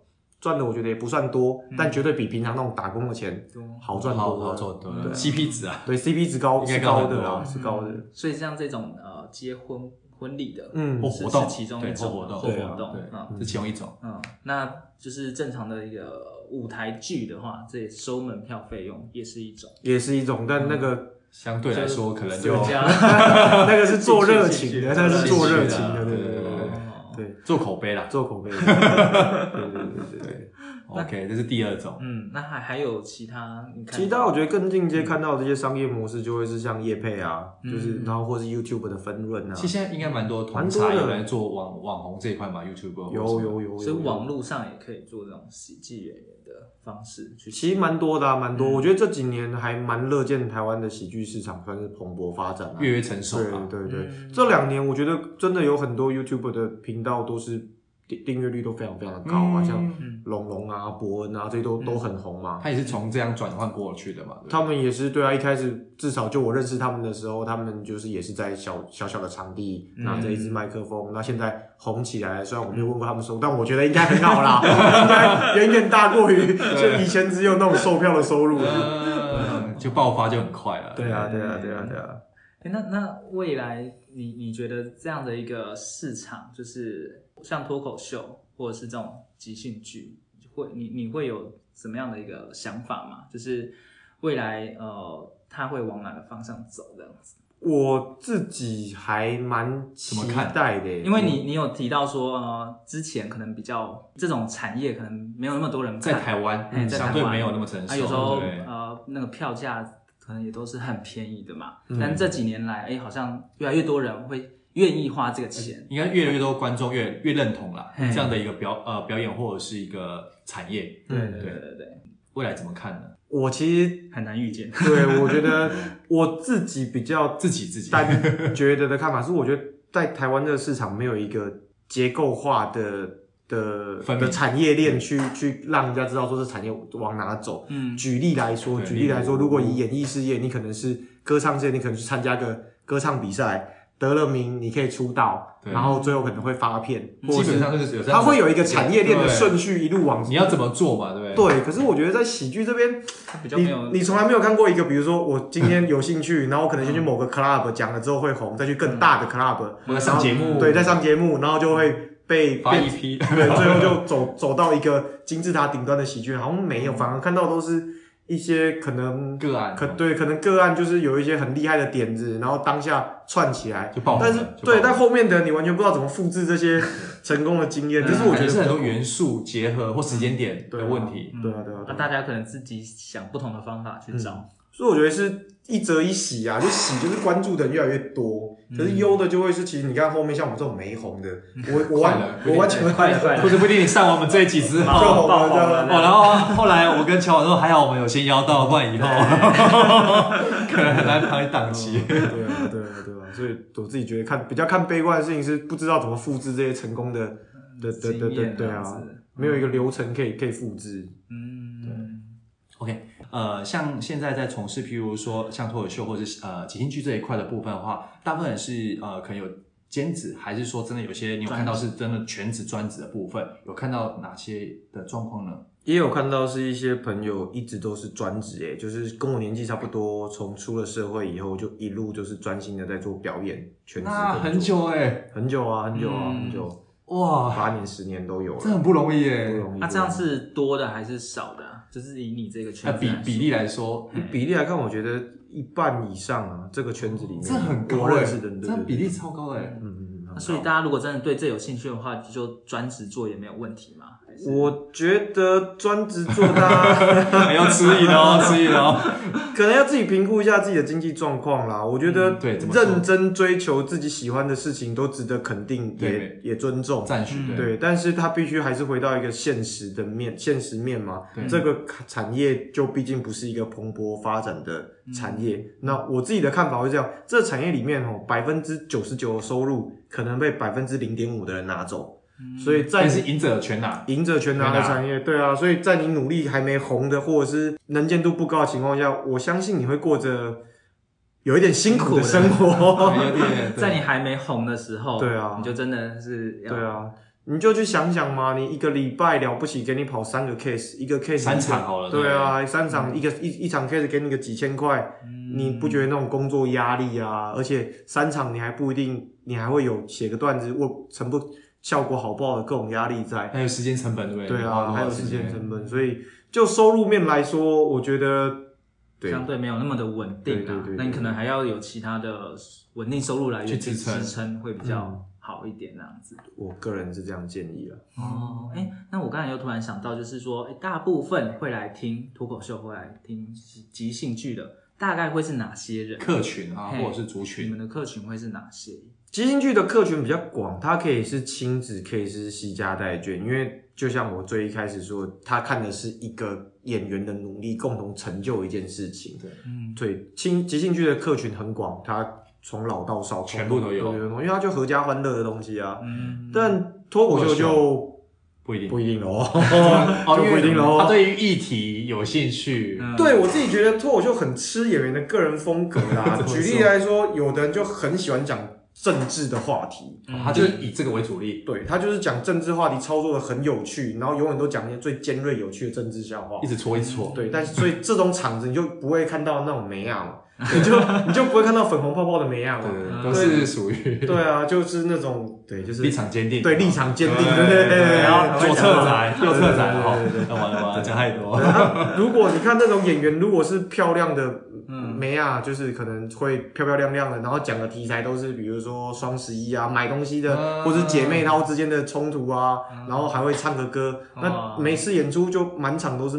赚的我觉得也不算多，但绝对比平常那种打工的钱好赚
好
嗯多
好
了，
做多了
对
，CP 值啊，
对 CP 值高
应该
是
高
高
很多
的啊，是高的，
嗯所以像这种呃结婚婚礼的，
嗯
或
是
活动
是其中
对
一种
或活动
或活
对啊
动
对，
嗯
是其中一种。
嗯，那就是正常的一个舞台剧的话，这也收门票费用也是一种。
也是一种，但那个
相对来说，可能就
这 样
嗯
那个是做热情
兴
的，
趣
那是做热
兴
情
趣的啊
的，对对
对
对
对
对
对。
哦，
对，
做口碑啦。
做 口碑的，对对对对对。
OK，这是第二种。
嗯，那还还有其他？你看，
其他我觉得更进
嗯
阶看到的这些商业模式，就会是像业配啊，就是然后或是 YouTube 的分润啊，
其实现在应该蛮多同
蛮多
差
的
有来做网网红这一块嘛，YouTube
有有有有，
所以
有
网络上也可以做这种喜剧演员的方式去。
其实蛮多的、啊，蛮多。我
嗯
觉得这几年还蛮乐见台湾的喜剧市场算是蓬勃发展啊。
越来越嗯成熟
对
嘛。
对对，这两年我觉得真的有很多 YouTube 的频道都是订订阅率都非常非常的高啊，
嗯
像龙龙啊、伯恩啊，这些都都很红嘛。
他也是从这样转换过去的嘛。对
他们也是对啊，一开始至少就我认识他们的时候，他们就是也是在小小小的场地拿着一支麦克风，那现在红起来了。虽然我没有问过他们收入，但我觉得应该很好 啦，应该远远大过于就以前 只有那种售票的收入。
呃就爆发就很快了。
对啊，对啊，对啊，对啊。
诶那那未来你你觉得这样的一个市场，就是像脱口秀或者是这种即兴剧，会你你会有什么样的一个想法吗？就是未来呃，它会往哪个方向走这样子？
我自己还蛮期
怎么看
待的耶，
因为你
嗯
你有提到说呃，之前可能比较这种产业可能没有那么多人
在
看
台湾、
哎在台
相
湾
对没有那么成熟，
啊，有时候
对
呃，那个票价可能也都是很便宜的嘛。
嗯
但这几年来，哎、好像越来越多人会愿意花这个钱。
应该越来越多观众越越认同啦，
嗯
这样的一个表呃表演或者是一个产业，
嗯
对对对对，
未来怎么看呢？
我其实
很难预见。
对我觉得我 自己比较
自己自己，
单觉得的看法是，我觉得在台湾这个市场没有一个结构化的的
分嗯明
的产业链去去让人家知道说这产业往哪走。
嗯，
举例来说，
对
举例来说，
例如
如果以演艺事业，你可能是歌唱界，你可能去参加个歌唱比赛，得了名，你可以出道，
对
然后最后可能会发片，
基
或者
本
是
上就是有这样
它
子
会有一个产业链的
对
顺序，一路往
你要怎么做嘛，对不对？
对。可是我觉得在喜剧这边，
他比较没有
你你从来没有看过一个，比如说我今天有兴趣，然后我可能先去某个 club 讲了之后会红，再去更大的 club，、
我要上节目，
对，再上节目，然后就会被
发
被
一批，
对，最后就走走到一个金字塔顶端的喜剧，好像没有，反而看到都是一些可能
个案哦
可对可能个案就是有一些很厉害的点子，然后当下串起来。
就爆红了，
但是
就爆
对，
红了
但后面的你完全不知道怎么复制这些成功的经验，这是我觉
感
得
是很多元素结合或时间点的问题，
嗯
对啊对啊对啊
那大家可能自己想不同的方法去找。
所以我觉得是一则一喜啊，就喜就是关注的人越来越多，可是忧的就会是，其实你看后面像我们这种没红的，我我
快了
完我完全
快了快
不
了，
是不一定你上完我们这一集之后。
嗯就红
爆
了
红
这
了
样。
哦，然后 后来我跟乔王说，还好我们有先邀到，不然以后 可能很难排档期。
对啊，对啊，对啊，所以我自己觉得看比较看悲观的事情是不知道怎么复制这些成功的，的的的
经
的
验
对
这样
啊
子，
没有一个流程可以可以复制。
嗯，
OK，呃，像现在在从事，譬如说像脱口秀或者是呃即兴剧这一块的部分的话，大部分人是呃可能有兼职，还是说真的有些你有看到是真的全职专职的部分，有看到哪些的状况呢？
也有看到是一些朋友一直都是专职，诶，就是跟我年纪差不多，从出了社会以后就一路就是专心的在做表演，全职
那
工作
很久哎、
很久啊，很久啊，
嗯
很久，
哇，
八年十年都有了，
这很不容易耶、
不容易。
那、这样是多的还是少的啊、就是以你这个
那
圈子来
呃比
说
比例来说，
以比例来看，我觉得一半以上啊，这个圈子里面，
这很高
我
哎、
认识的人，对
这
对对
比例超高哎、
嗯嗯嗯
那
嗯。
所以大家如果真的对这有兴趣的话，就专职做也没有问题嘛。还是
我觉得专职做大，
还要吃一刀，吃一哦刀。
可能要自己评估一下自己的经济状况啦。我觉得
嗯对怎么说
认真追求自己喜欢的事情，都值得肯定，也
对
也尊 重。
赞许
嗯
对。
对，但是它必须还是回到一个现实的面，现实面嘛
对。
这个产业就毕竟不是一个蓬勃发展的产业。
嗯
那我自己的看法会这样：这产业里面哦，百分之九十九的收入可能被百分之零点五的人拿走，所以
嗯
在
但
你
是赢者全 拿，哎
赢者全拿的产业，对啊，所以在你努力还没红的，或者是能见度不高的情况下，我相信你会过着有一点辛苦的生活。
有点
在你还没红的时候，
对啊
你就真的是要
对啊，你就去想想嘛，你一个礼拜了不起，给你跑三个 case，一个 case
三场
一个
好了
对啊，三
嗯
场一个一一场 case 给你个几千块，
嗯
你不觉得那种工作压力啊？而且三场你还不一定，你还会有写个段子或成不效果好不好的各种压力在。
还有时间成本对不对？
对
你哎花
啊，
多
还
少
有
时
时
间
间成本，所以就收入面来说，我觉得对
相对没有那么的稳定
对对
啊
对对，
那你可能还要有其他的稳定收入来源
去
去
支
支
撑
撑，会比
嗯
较好一点那样子。
我个人是这样建议了。
哦，哎，那我刚才又突然想到，就是说，哎，大部分会来听脱口秀，会来听即即兴剧的，大概会是哪些人？
客群啊，
嘿
或者是族
你
群
们，的客群会是哪些？
即兴剧的客群比较广，它可以是亲子，可以是惜家带眷，因为就像我最一开始说，他看的是一个演员的努力，共同成就一件事情。
对
嗯，
对，亲即兴剧的客群很广，它从老到少，
全部都有
都有，因为它就合家欢乐的东西啊。
嗯，
但脱口秀就
不一定
不一定 了哦。
哦，
就不一定咯
因为他对于议题有兴趣，
嗯
对我自己觉得脱口秀很吃演员的个人风格啦
怎么。说
举例来说，有的人就很喜欢讲政治的话题，
嗯
哦他就是以这个为主力，
对他就是讲政治话题操作的很有趣，然后永远都讲一些最尖锐有趣的政治笑话
一。直戳一直戳。
对，但是所以这种场子你就不会看到那种美亚嘛。你就你就不会看到粉红泡泡的美啊
对
嘛。
对，对都是属于
对啊，就是那种对，就是
立场坚定，
对立场坚定，
对
对对对对，
然后左侧
宅
宅，右侧宅，
对
好
对对对，
哦那完了完了，讲太多。
啊如果你看那种演员，如果是漂亮的
嗯
梅啊，就是可能会漂漂亮亮的，然后讲的题材都是比如说双十一啊，买东西的，
嗯
或者姐妹她之间的冲突啊，然后还会唱个歌。
啊
那每次演出就满场都是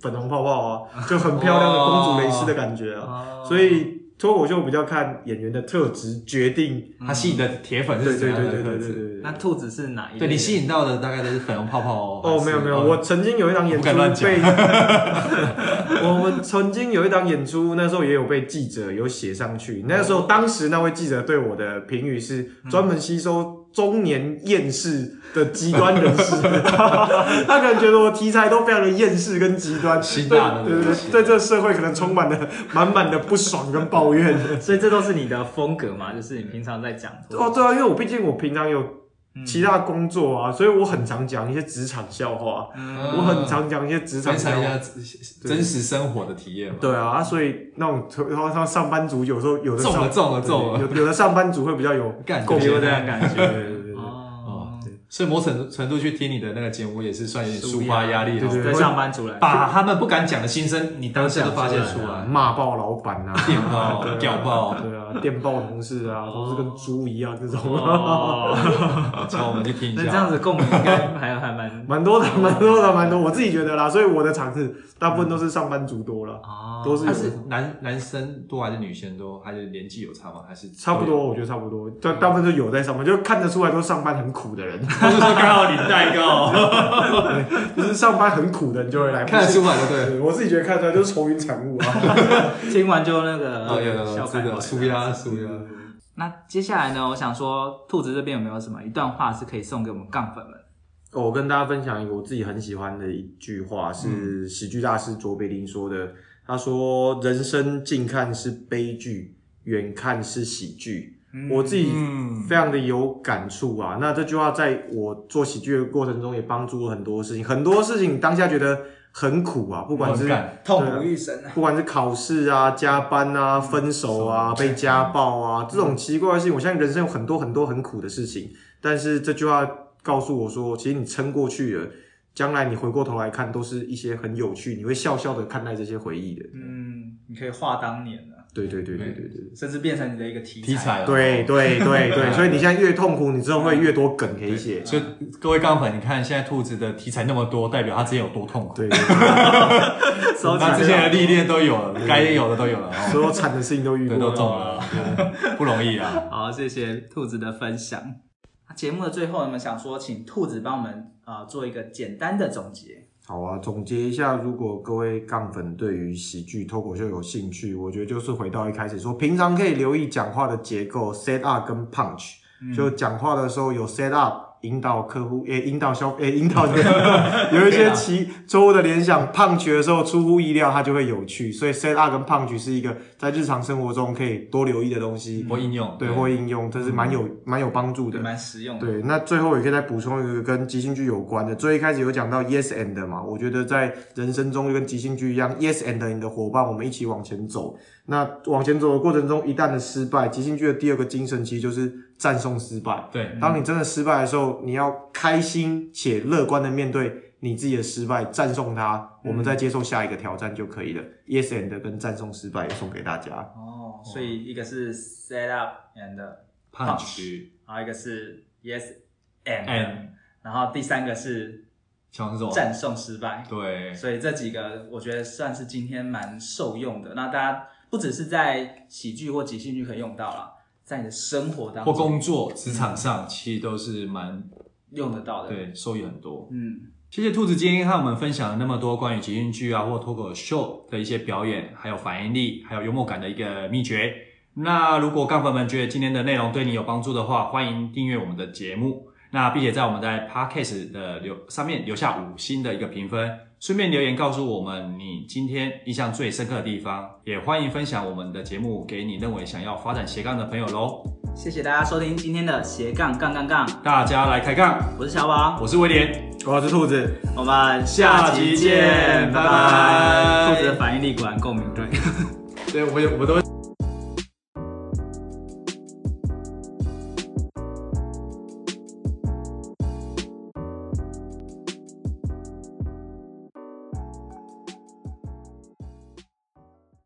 粉红泡泡啊，就很漂亮的公主蕾丝的感觉啊。
哦
所以脱口秀比较看演员的特质决定。
他吸引的铁粉
对
是怎
对
样
对
的
对对
特
对
质？
对
那
对。
兔子是哪一类的？
对你吸引到的大概都是粉红泡泡哦。还
哦，
是
没有没有，
哦
我曾经有一档演
不
出
敢乱讲
被， 我们曾经有一档演出，那时候也有被记者有写上去。那时候当时那位记者对我的评语是专门吸收中年厌世的极端人士， 他可能觉得我题材都非常的厌世跟极端，
辛
对
辣的
对
东
对
西，
对这个社会可能充满了满满的不爽跟抱怨。
所以这都是你的风格嘛，就是你平常在讲脱
哦，对啊，因为我毕竟我平常有其他工作啊，所以我很常讲一些职场笑话，
呃
嗯
我很常讲一些职场
分
笑
享一
话。
下真实生活的体验嘛。
对啊，啊所以那种然后像上班族有时候有的
中了
上
中了中了
有有的上班族会比较有
干
共
有
鸣
这样
的
感
感
觉
觉，对对对对
哦
哦，所以某程程度去听你的那个节目也是算有点抒发压力
对对
哦，
对啊上班族来
把他们不敢讲的心声，你当下都发泄出
对，
来，
骂爆老板啊，
电爆、 屌爆。哦
对啊，电爆同事啊，同事跟猪一样这种，
哦，
叫我们去听一
那
下。
这样子共鸣应该还还 蛮
蛮多的，蛮多的，蛮多，我自己觉得啦，所以我的场次大部分都是上班族多了，
哦
都是
他
有
是男男生多还是女生多，还是年纪有差吗？还是
差不多，我觉得差不多，大大部分都有在上班，就看得出来都是上班很苦的人，
都有？不是说刚好领带高，
就是上班很苦的人就会 来，
看得出来就对 了。
对我自己觉得看得出来就是愁云惨 雾啊。
听完就那个
哦，有有
笑
有，
开
这
怀
个舒压舒压。
那接下来呢，我想说，兔子这边有没有什么一段话是可以送给我们杠粉们？
哦我跟大家分享一个我自己很喜欢的一句话，是
嗯
喜剧大师卓别林说的。他说：“人生近看是悲剧，远看是喜剧。我自己
嗯
非常的有感触啊。那这句话在我做喜剧的过程中也帮助我很多事情，很多事情当下觉得很苦啊，不管是
很感
痛不欲生啊！
不管是考试啊、加班啊、分手啊、被家暴啊这种奇怪的事情，我相信人生有很多很多很苦的事情。但是这句话告诉我说，其实你撑过去了，将来你回过头来看，都是一些很有趣，你会笑笑的看待这些回忆的。
嗯，你可以话当年了，
对对对对对对。
甚至变成你的一个题
题材啊
对对对对，所以你现在越痛苦，你之后会越多梗可以写。
就各位杠粉，你看现在兔子的题材那么多，代表他之前有多痛苦，
对，对对
收起
那
来
之前的历练都有了，该有的都有了，
所
哦，
有惨的事情都遇
对，
过，
都中。了，对 不容易啊。
好，谢谢兔子的分享。那节目的最后，我们想说，请兔子帮我们呃做一个简单的总结。
好啊，总结一下，如果各位杠粉对于喜剧脱口秀有兴趣，我觉得就是回到一开始说，平常可以留意讲话的结构 set up 跟 punch，、就
嗯
讲话的时候有 set up。引导客户，诶、引导消， 诶、引导有一些奇错误的联想。punch 的时候出乎意料，它就会有趣。所以 set up 跟 punch 是一个在日常生活中可以多留意的东西，
或应用，
对，或应用，这是蛮有蛮、有帮助
嗯
的
对，。蛮实用的。
对，那最后也可以再补充一个跟即兴剧有关的。最一开始有讲到 yes and 嘛，我觉得在人生中就跟即兴剧一样，yes and 你的伙伴，我们一起往前走。那往前走的过程中，一旦的失败，即兴剧的第二个精神其实就是战胜失败。
对，
当你真的失败的时候，你要开心且乐观的面对你自己的失败，战胜它，我们再接受下一个挑战就可以了。yes and 跟战胜失败也送给大家。
哦，所以一个是 set up and，
胖橘，
然后一个是 yes and，,
And
然后第三个是
像这种，
战胜失败。
对，
所以这几个我觉得算是今天蛮受用的。那大家不只是在喜剧或即兴剧可以用到啦，在你的生活当
或
中
工作职场上，其实都是蛮
用得到的。，
对，收益很多。
嗯，
谢谢兔子今天和我们分享了那么多关于即兴剧啊或脱口秀的一些表演，还有反应力，还有幽默感的一个秘诀。那如果杠粉们觉得今天的内容对你有帮助的话，欢迎订阅我们的节目，那并且在我们在 podcast 的留上面留下五星的一个评分，顺便留言告诉我们你今天印象最深刻的地方，也欢迎分享我们的节目给你认为想要发展斜杠的朋友喽。
谢谢大家收听今天的斜杠杠杠杠，
大家来开杠，
我是小宝，
我是威廉，
我是兔子，
我们下集见，
下集见拜拜
兔子的反应力果然够敏锐。
对我们我们都。